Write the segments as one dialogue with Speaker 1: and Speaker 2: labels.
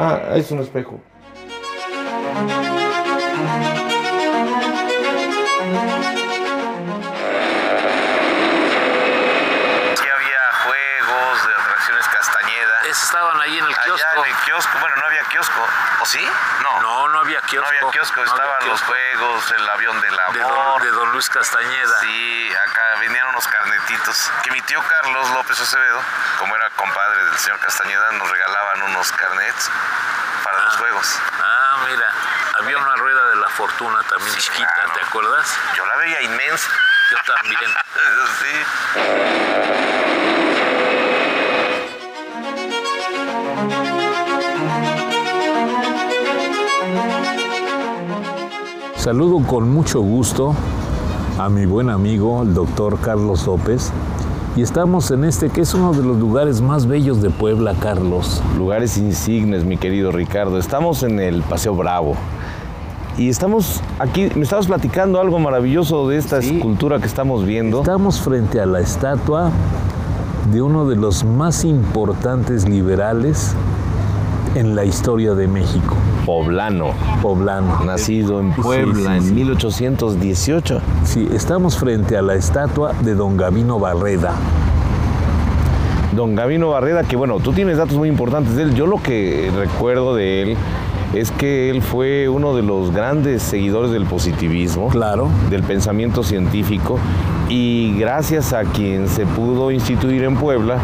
Speaker 1: Ah, es un espejo.
Speaker 2: Aquí había juegos de atracciones Castañeda.
Speaker 3: Es- Estaban ahí en el
Speaker 2: Allá
Speaker 3: kiosco.
Speaker 2: en el kiosco, bueno, no había kiosco. ¿O sí? No.
Speaker 3: No, no había
Speaker 2: No
Speaker 3: kiosco.
Speaker 2: había kiosco,
Speaker 3: No había
Speaker 2: estaban los
Speaker 3: kiosco.
Speaker 2: juegos, el avión del
Speaker 3: de don,
Speaker 2: amor.
Speaker 3: de don Luis Castañeda.
Speaker 2: Sí, acá venían unos carnetitos que mi tío Carlos López Acevedo, como era compadre del señor Castañeda, nos regalaban unos carnets para los juegos.
Speaker 3: Ah, mira. Había una rueda de la fortuna también
Speaker 2: Sí,
Speaker 3: chiquita,
Speaker 2: claro.
Speaker 3: ¿te acuerdas?
Speaker 2: Yo la veía inmensa.
Speaker 3: Yo también.
Speaker 2: sí.
Speaker 4: Saludo con mucho gusto a mi buen amigo, el doctor Carlos López. Y estamos en este que es uno de los lugares más bellos de Puebla, Carlos.
Speaker 1: Lugares insignes, mi querido Ricardo. Estamos en el Paseo Bravo. Y estamos aquí, me estabas platicando algo maravilloso de esta escultura que estamos viendo.
Speaker 4: Estamos frente a la estatua de uno de los más importantes liberales en la historia de México,
Speaker 1: Poblano,
Speaker 4: poblano.
Speaker 1: nacido en
Speaker 4: Sí,
Speaker 1: Puebla
Speaker 4: sí, sí.
Speaker 1: en 1818.
Speaker 4: Sí, estamos frente a la estatua de don Gavino Barreda.
Speaker 1: Don Gavino Barreda, que bueno, tú tienes datos muy importantes de él. Yo lo que recuerdo de él es que él fue uno de los grandes seguidores del positivismo,
Speaker 4: Claro,
Speaker 1: del pensamiento científico, y gracias a quien se pudo instituir en Puebla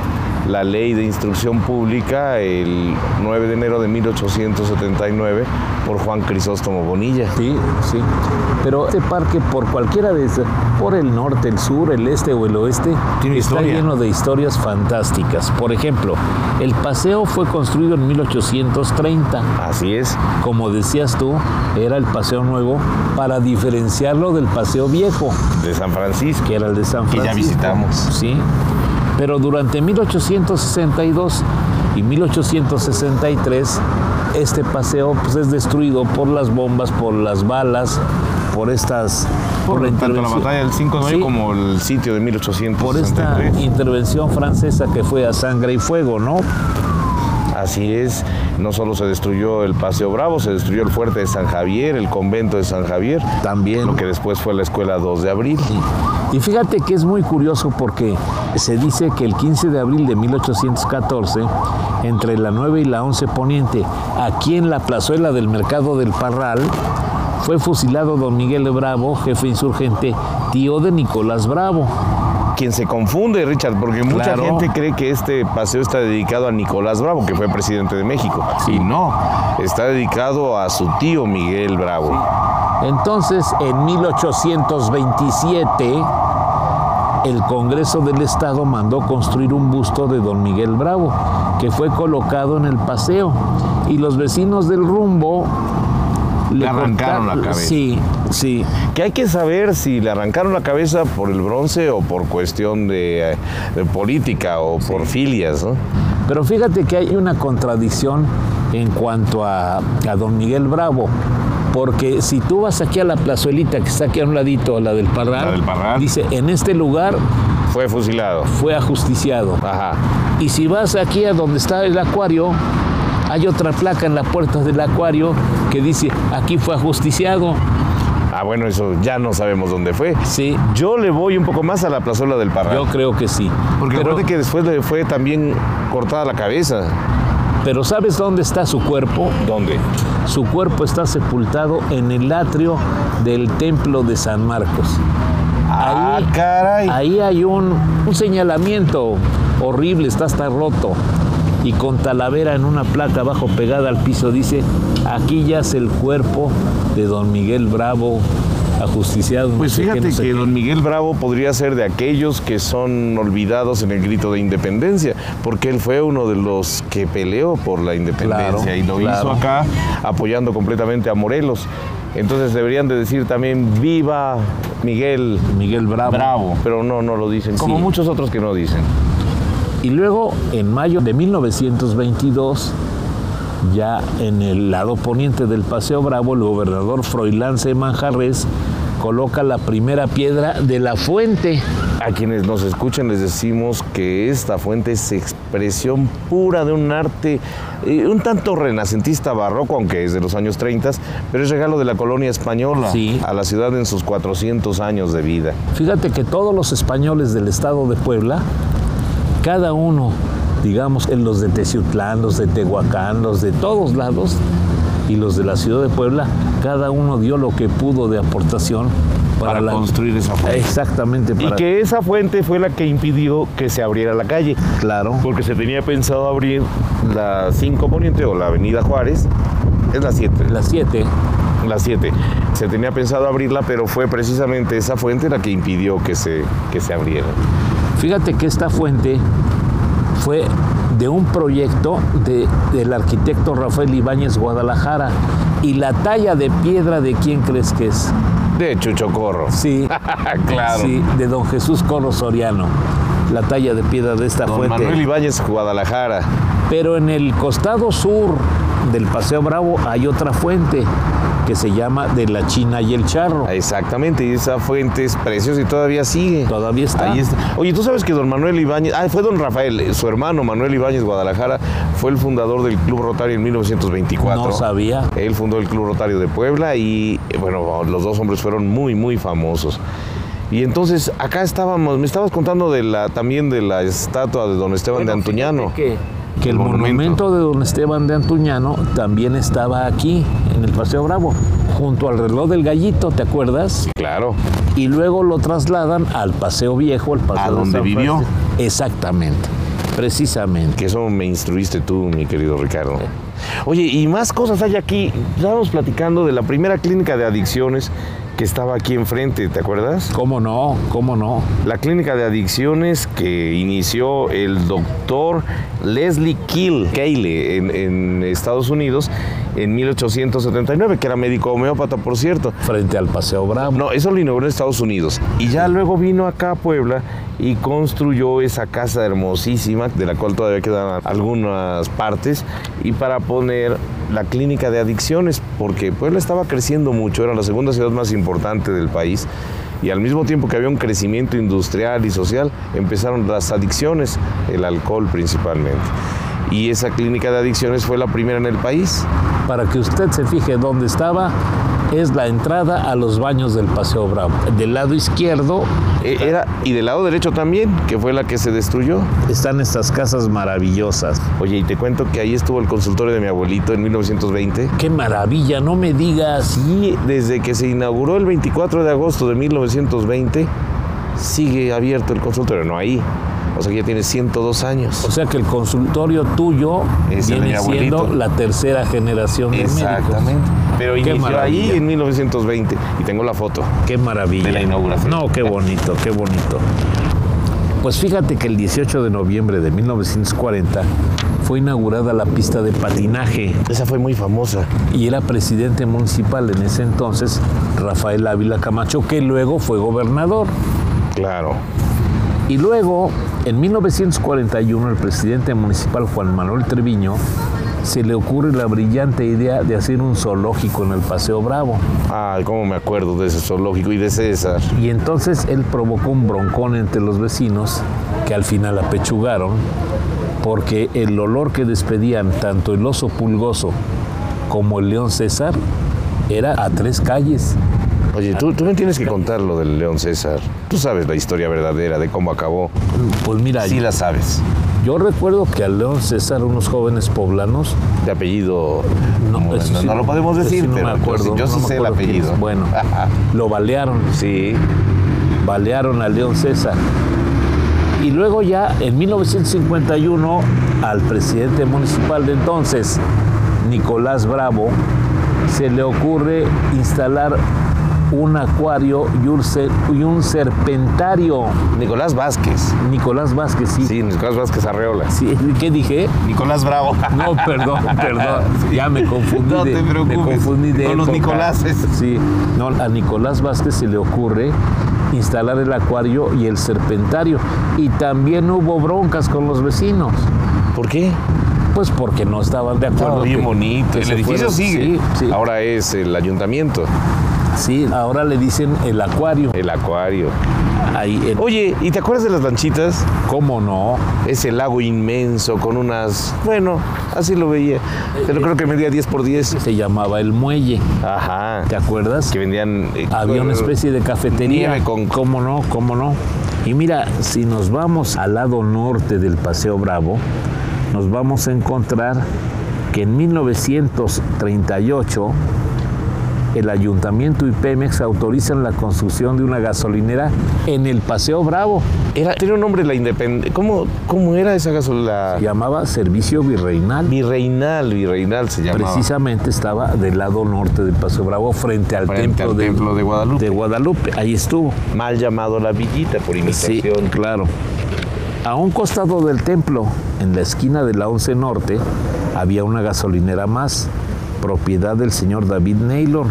Speaker 1: la ley de instrucción pública el 9 de enero de 1879 por Juan Crisóstomo Bonilla.
Speaker 4: Sí, sí. Pero este parque, por cualquiera de esas, por el norte, el sur, el este o el oeste,
Speaker 1: Tiene
Speaker 4: está
Speaker 1: historia.
Speaker 4: lleno de historias fantásticas. Por ejemplo, el paseo fue construido en 1830.
Speaker 1: Así es.
Speaker 4: Como decías tú, era el paseo nuevo para diferenciarlo del paseo viejo,
Speaker 1: De San Francisco.
Speaker 4: que era el de San
Speaker 1: Que
Speaker 4: Francisco.
Speaker 1: ya visitamos.
Speaker 4: Pues Sí. Pero durante 1862 y 1863, este paseo pues, es destruido por las bombas, por las balas, por estas. Por, la
Speaker 1: tanto la
Speaker 4: intervención-
Speaker 1: batalla del 5 de mayo
Speaker 4: Sí,
Speaker 1: como el sitio de 1863.
Speaker 4: Por esta intervención francesa que fue a sangre y fuego, ¿no?
Speaker 1: Así es, no solo se destruyó el Paseo Bravo, se destruyó el fuerte de San Javier, el convento de San Javier,
Speaker 4: También.
Speaker 1: lo que después fue la escuela 2 de abril.
Speaker 4: Y fíjate que es muy curioso porque se dice que el 15 de abril de 1814, entre la 9 y la 11 poniente, aquí en la plazuela del mercado del Parral, fue fusilado don Miguel Bravo, jefe insurgente, tío de Nicolás Bravo.
Speaker 1: Quien se confunde, Richard, porque mucha
Speaker 4: Claro.
Speaker 1: gente cree que este paseo está dedicado a Nicolás Bravo, que fue presidente de México. Y no, está dedicado a su tío Miguel Bravo.
Speaker 4: Entonces, en 1827, el Congreso del Estado mandó construir un busto de don Miguel Bravo, que fue colocado en el paseo. Y los vecinos del rumbo...
Speaker 1: Le arrancaron
Speaker 4: corta-
Speaker 1: la cabeza.
Speaker 4: Sí, sí.
Speaker 1: Que hay que saber si le arrancaron la cabeza por el bronce o por cuestión de, eh, de política o por filias, ¿no?
Speaker 4: Pero fíjate que hay una contradicción en cuanto a, a don Miguel Bravo. Porque si tú vas aquí a la plazuelita que está aquí a un ladito, a la del Parral,
Speaker 1: La del Parral.
Speaker 4: dice, en este lugar
Speaker 1: Fue fusilado.
Speaker 4: fue ajusticiado.
Speaker 1: Ajá.
Speaker 4: Y si vas aquí a donde está el acuario, hay otra placa en la puerta del acuario que dice, aquí fue ajusticiado.
Speaker 1: Ah, bueno, eso ya no sabemos dónde fue.
Speaker 4: Sí,
Speaker 1: Yo le voy un poco más a la plazuela del Parral.
Speaker 4: yo creo que sí.
Speaker 1: porque
Speaker 4: pero,
Speaker 1: recuerde que después le fue también cortada la cabeza.
Speaker 4: pero ¿sabes dónde está su cuerpo?
Speaker 1: ¿Dónde?
Speaker 4: Su cuerpo está sepultado en el atrio del templo de San Marcos.
Speaker 1: Ah, caray.
Speaker 4: Ahí hay un, un señalamiento horrible, está hasta roto. Y con talavera en una placa abajo pegada al piso dice, aquí yace el cuerpo de don Miguel Bravo, ajusticiados. no
Speaker 5: Pues
Speaker 4: sé qué,
Speaker 5: fíjate
Speaker 4: no sé
Speaker 5: que
Speaker 4: qué.
Speaker 5: don Miguel Bravo podría ser de aquellos que son olvidados en el grito de independencia, porque él fue uno de los que peleó por la independencia
Speaker 4: Claro,
Speaker 5: y lo
Speaker 4: claro.
Speaker 5: hizo acá apoyando completamente a Morelos. Entonces deberían de decir también viva Miguel
Speaker 4: Miguel Bravo.
Speaker 5: Bravo, pero no, no lo dicen, como
Speaker 4: Sí.
Speaker 5: muchos otros que no dicen.
Speaker 4: Y luego, en mayo de 1922, ya en el lado poniente del Paseo Bravo, el gobernador Froilán C. Manjarres coloca la primera piedra de la fuente.
Speaker 5: A quienes nos escuchan les decimos que esta fuente es expresión pura de un arte eh, un tanto renacentista barroco, aunque es de los años 30, pero es regalo de la colonia española
Speaker 4: Sí.
Speaker 5: a la ciudad en sus 400 años de vida.
Speaker 4: Fíjate que todos los españoles del estado de Puebla, cada uno, digamos, en los de Teciutlán, los de Tehuacán, los de todos lados, y los de la ciudad de Puebla, cada uno dio lo que pudo de aportación para,
Speaker 5: Para
Speaker 4: la-
Speaker 5: construir esa fuente.
Speaker 4: Exactamente,
Speaker 5: Y
Speaker 4: para
Speaker 5: que esa fuente fue la que impidió que se abriera la calle.
Speaker 4: Claro.
Speaker 5: Porque se tenía pensado abrir la 5 Poniente o la Avenida Juárez. Es la 7.
Speaker 4: las 7.
Speaker 5: la 7. Se tenía pensado abrirla, pero fue precisamente esa fuente la que impidió que se, que se abriera.
Speaker 4: Fíjate que esta fuente fue de un proyecto de- del arquitecto Rafael Ibáñez Guadalajara. Y la talla de piedra de quién crees que es?
Speaker 5: De Chuchocorro.
Speaker 4: Sí,
Speaker 5: Claro.
Speaker 4: sí, de don Jesús Corro Soriano. La talla de piedra de esta
Speaker 5: Don
Speaker 4: fuente.
Speaker 5: Manuel Ibáñez, Guadalajara.
Speaker 4: Pero en el costado sur del Paseo Bravo hay otra fuente que se llama de la China y el Charro.
Speaker 5: Exactamente, y esa fuente es preciosa y todavía sigue.
Speaker 4: Todavía está.
Speaker 5: Ahí está. Oye, tú sabes que don Manuel Ibáñez, ah, fue don Rafael, eh, su hermano Manuel Ibáñez Guadalajara, fue el fundador del Club Rotario en 1924.
Speaker 4: No sabía.
Speaker 5: Él fundó el Club Rotario de Puebla y, eh, bueno, los dos hombres fueron muy, muy famosos. Y entonces, acá estábamos, me estabas contando de la, también de la estatua de don Esteban de
Speaker 4: Bueno,
Speaker 5: Antuñano.
Speaker 4: fíjate Que, que el
Speaker 5: El
Speaker 4: monumento.
Speaker 5: monumento.
Speaker 4: de don Esteban de Antuñano también estaba aquí, en el Paseo Bravo, junto al reloj del gallito, ¿te acuerdas?
Speaker 5: Claro.
Speaker 4: Y luego lo trasladan al Paseo Viejo, al Paseo de
Speaker 5: donde
Speaker 4: San
Speaker 5: vivió.
Speaker 4: Francisco. Exactamente, precisamente.
Speaker 5: Que eso me instruiste tú, mi querido Ricardo. Oye, y más cosas hay aquí. Estábamos platicando de la primera clínica de adicciones que estaba aquí enfrente, ¿te acuerdas?
Speaker 4: ¿Cómo no? ¿Cómo no?
Speaker 5: La clínica de adicciones que inició el doctor Leslie Kill, Cayley en, en Estados Unidos en 1879, que era médico homeópata, por cierto.
Speaker 4: Frente al Paseo Bravo.
Speaker 5: No, eso lo inauguró en Estados Unidos. Y ya luego vino acá a Puebla y construyó esa casa hermosísima, de la cual todavía quedan algunas partes, y para poner la clínica de adicciones, porque Puebla estaba creciendo mucho, era la segunda ciudad más importante del país. Y al mismo tiempo que había un crecimiento industrial y social, empezaron las adicciones, el alcohol principalmente. Y esa clínica de adicciones fue la primera en el país.
Speaker 4: Para que usted se fije dónde estaba, es la entrada a los baños del Paseo Bravo. Del lado izquierdo
Speaker 5: E- Era, y del lado derecho también, que fue la que se destruyó.
Speaker 4: están estas casas maravillosas.
Speaker 5: Oye, y te cuento que ahí estuvo el consultorio de mi abuelito en 1920.
Speaker 4: ¡Qué maravilla! No me digas.
Speaker 5: Y desde que se inauguró el 24 de agosto de 1920, sigue abierto el consultorio. No ahí. O sea que ya tiene 102 años.
Speaker 4: O sea que el consultorio tuyo
Speaker 5: Es el de mi
Speaker 4: viene siendo
Speaker 5: abuelito.
Speaker 4: la tercera generación de médicos.
Speaker 5: Pero
Speaker 4: Qué
Speaker 5: inició ahí
Speaker 4: maravilla.
Speaker 5: en 1920. Y tengo la foto.
Speaker 4: Qué maravilla.
Speaker 5: De la inauguración.
Speaker 4: No, qué bonito, qué bonito. Pues fíjate que el 18 de noviembre de 1940 fue inaugurada la pista de patinaje
Speaker 5: Esa fue muy famosa.
Speaker 4: y era presidente municipal en ese entonces Rafael Ávila Camacho, que luego fue gobernador.
Speaker 5: Claro.
Speaker 4: Y luego, en 1941, el presidente municipal Juan Manuel Treviño se le ocurre la brillante idea de hacer un zoológico en el Paseo Bravo.
Speaker 5: Ay, Ah, cómo me acuerdo de ese zoológico y de César.
Speaker 4: Y entonces él provocó un broncón entre los vecinos que al final apechugaron porque el olor que despedían tanto el oso pulgoso como el león César era a tres calles.
Speaker 5: Oye, tú, tú me tienes que contar lo del León César. Tú sabes la historia verdadera de cómo acabó.
Speaker 4: Pues mira,
Speaker 5: Sí la sabes.
Speaker 4: yo recuerdo que al león César unos jóvenes poblanos
Speaker 5: de apellido.
Speaker 4: No,
Speaker 5: No,
Speaker 4: eso
Speaker 5: no-
Speaker 4: sí
Speaker 5: no lo podemos
Speaker 4: eso
Speaker 5: decir,
Speaker 4: sí no
Speaker 5: pero
Speaker 4: me acuerdo,
Speaker 5: yo sí
Speaker 4: no me
Speaker 5: sé el
Speaker 4: acuerdo quién
Speaker 5: apellido.
Speaker 4: es. Bueno, lo balearon,
Speaker 5: sí.
Speaker 4: balearon a León César. Y luego ya en 1951 al presidente municipal de entonces, Nicolás Bravo, se le ocurre instalar un acuario y un, ser- y un serpentario.
Speaker 5: Nicolás Vázquez.
Speaker 4: Nicolás Vázquez, sí.
Speaker 5: Sí, Nicolás Vázquez Arreola.
Speaker 4: Sí, ¿Qué dije?
Speaker 5: Nicolás Bravo.
Speaker 4: No, perdón, perdón. Ya me confundí.
Speaker 5: No
Speaker 4: de-
Speaker 5: te
Speaker 4: me
Speaker 5: preocupes,
Speaker 4: confundí de
Speaker 5: con los
Speaker 4: época.
Speaker 5: Nicoláses.
Speaker 4: Sí. No, a Nicolás Vázquez se le ocurre instalar el acuario y el serpentario. Y también hubo broncas con los vecinos.
Speaker 5: ¿Por qué?
Speaker 4: Pues porque no estaban de acuerdo.
Speaker 5: Estaba bien
Speaker 4: que-
Speaker 5: bonito.
Speaker 4: Ah, que
Speaker 5: El
Speaker 4: se
Speaker 5: edificio
Speaker 4: fueron.
Speaker 5: sigue.
Speaker 4: Sí, sí. Ahora,
Speaker 5: Ahora es el ayuntamiento,
Speaker 4: sí, ahora le dicen el acuario.
Speaker 5: el acuario.
Speaker 4: Ahí, el-
Speaker 5: Oye, ¿y te acuerdas de las lanchitas?
Speaker 4: ¿Cómo no?
Speaker 5: Ese lago inmenso con unas. Bueno, así lo veía. Pero creo que medía 10 por 10.
Speaker 4: Se llamaba el muelle.
Speaker 5: Ajá.
Speaker 4: ¿Te acuerdas?
Speaker 5: Que vendían. eh,
Speaker 4: Había una especie de cafetería.
Speaker 5: Nieve con-
Speaker 4: ¿Cómo no? ¿Cómo no? Y mira, si nos vamos al lado norte del Paseo Bravo, nos vamos a encontrar que en 1938 el Ayuntamiento y Pemex autorizan la construcción de una gasolinera en el Paseo Bravo.
Speaker 5: Era, tenía un nombre la independencia. ¿Cómo, ¿Cómo era esa gasolina?
Speaker 4: Se llamaba Servicio Virreinal.
Speaker 5: Virreinal, virreinal se llamaba.
Speaker 4: Precisamente estaba del lado norte del Paseo Bravo, frente al,
Speaker 5: Frente
Speaker 4: templo,
Speaker 5: al
Speaker 4: de,
Speaker 5: templo de Guadalupe.
Speaker 4: de Guadalupe. Ahí estuvo.
Speaker 5: Mal llamado la villita por
Speaker 4: Sí,
Speaker 5: imitación.
Speaker 4: claro. A un costado del templo, en la esquina de la 11 Norte, había una gasolinera más, propiedad del señor David Neylor,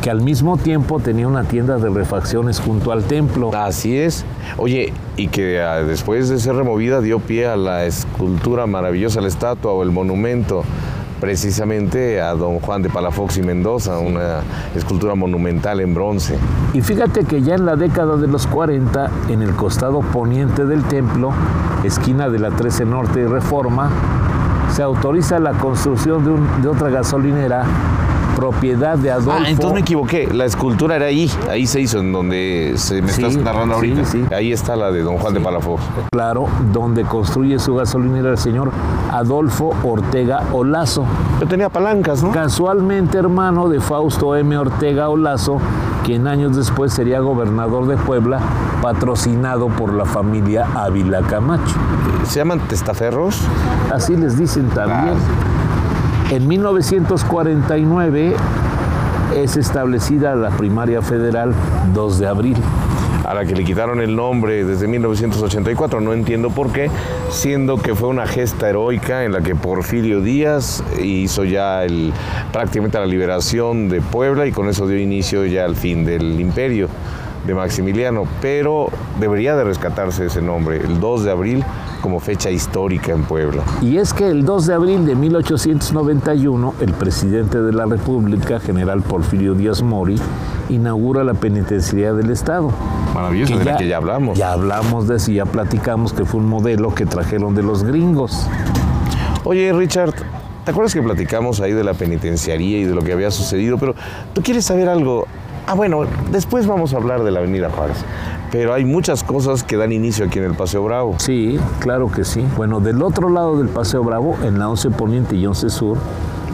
Speaker 4: que al mismo tiempo tenía una tienda de refacciones junto al templo.
Speaker 5: Así es. Oye, y que ah, después de ser removida dio pie a la escultura maravillosa, la estatua o el monumento, precisamente a don Juan de Palafox y Mendoza, una escultura monumental en bronce.
Speaker 4: Y fíjate que ya en la década de los 40, en el costado poniente del templo, esquina de la 13 Norte y Reforma, se autoriza la construcción de, un- de otra gasolinera, propiedad de Adolfo.
Speaker 5: Ah, entonces me equivoqué. La escultura era ahí, ahí se hizo, en donde se me
Speaker 4: Sí,
Speaker 5: estás narrando
Speaker 4: sí,
Speaker 5: ahorita.
Speaker 4: sí.
Speaker 5: Ahí está la de don Juan de Palafox.
Speaker 4: Claro, donde construye su gasolinera el señor Adolfo Ortega Olazo.
Speaker 5: Yo tenía palancas, ¿no?
Speaker 4: Casualmente hermano de Fausto M. Ortega Olazo, quien años después sería gobernador de Puebla, patrocinado por la familia Ávila Camacho.
Speaker 5: Se llaman testaferros.
Speaker 4: Así les dicen también. En 1949 es establecida la primaria federal 2 de abril.
Speaker 5: a la que le quitaron el nombre desde 1984, no entiendo por qué, siendo que fue una gesta heroica en la que Porfirio Díaz hizo ya el, prácticamente la liberación de Puebla y con eso dio inicio ya al fin del imperio de Maximiliano, pero debería de rescatarse ese nombre, el 2 de abril como fecha histórica en Puebla.
Speaker 4: Y es que el 2 de abril de 1891, el presidente de la República, general Porfirio Díaz Mori, inaugura la penitenciaría del Estado.
Speaker 5: Maravilloso, de la que ya hablamos.
Speaker 4: Ya hablamos de eso y ya platicamos que fue un modelo que trajeron de los gringos.
Speaker 5: Oye, Richard, ¿te acuerdas que platicamos ahí de la penitenciaría y de lo que había sucedido? Pero tú quieres saber algo. Ah, bueno, después vamos a hablar de la Avenida Juárez. Pero hay muchas cosas que dan inicio aquí en el Paseo Bravo.
Speaker 4: Sí, claro que sí. Bueno, del otro lado del Paseo Bravo, en la 11 Poniente y 11 Sur,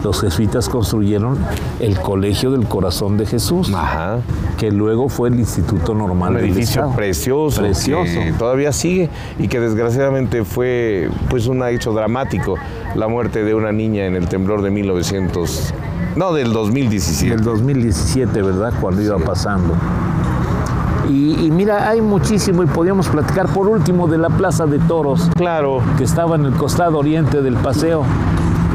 Speaker 4: los jesuitas construyeron el Colegio del Corazón de Jesús,
Speaker 5: Ajá.
Speaker 4: que luego fue el Instituto Normal
Speaker 5: Un
Speaker 4: del
Speaker 5: edificio
Speaker 4: Estado.
Speaker 5: precioso,
Speaker 4: Precioso.
Speaker 5: que todavía sigue y que desgraciadamente fue pues un hecho dramático, la muerte de una niña en el temblor de 1900, no del 2017.
Speaker 4: del 2017, ¿verdad? Cuando iba pasando. Y, y mira, hay muchísimo y podíamos platicar por último de la Plaza de Toros,
Speaker 5: Claro,
Speaker 4: que estaba en el costado oriente del paseo.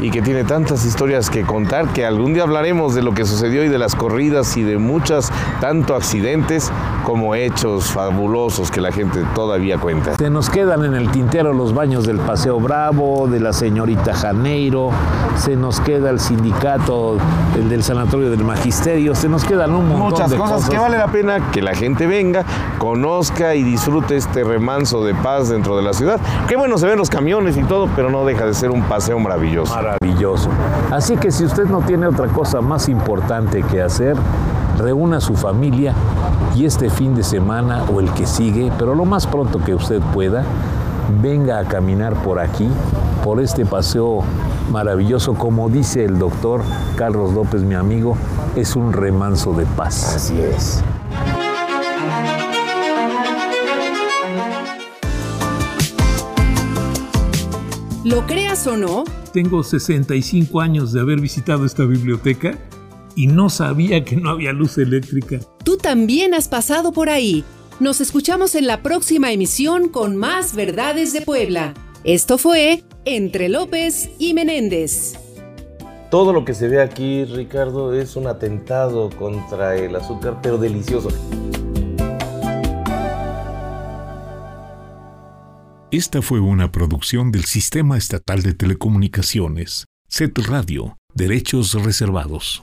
Speaker 5: y que tiene tantas historias que contar que algún día hablaremos de lo que sucedió y de las corridas y de muchas, tanto accidentes como hechos fabulosos que la gente todavía cuenta.
Speaker 4: Se nos quedan en el tintero los baños del Paseo Bravo, de la señorita Janeiro, se nos queda el sindicato, el del Sanatorio del Magisterio, se nos quedan un montón
Speaker 5: Muchas
Speaker 4: de
Speaker 5: cosas, que vale la pena que la gente venga, conozca y disfrute este remanso de paz dentro de la ciudad. Qué bueno se ven los camiones y todo, pero no deja de ser un paseo maravilloso.
Speaker 4: Maravilloso. Así que si usted no tiene otra cosa más importante que hacer, reúna a su familia y este fin de semana o el que sigue, pero lo más pronto que usted pueda, venga a caminar por aquí, por este paseo maravilloso, como dice el doctor Carlos López, mi amigo, es un remanso de paz. Así es.
Speaker 6: Lo creas o no,
Speaker 3: Tengo 65 años de haber visitado esta biblioteca y no sabía que no había luz eléctrica.
Speaker 6: Tú también has pasado por ahí. Nos escuchamos en la próxima emisión con más verdades de Puebla. Esto fue Entre López y Menéndez.
Speaker 1: Todo lo que se ve aquí, Ricardo, es un atentado contra el azúcar, pero delicioso.
Speaker 4: Esta fue una producción del Sistema Estatal de Telecomunicaciones, SET Radio, Derechos Reservados.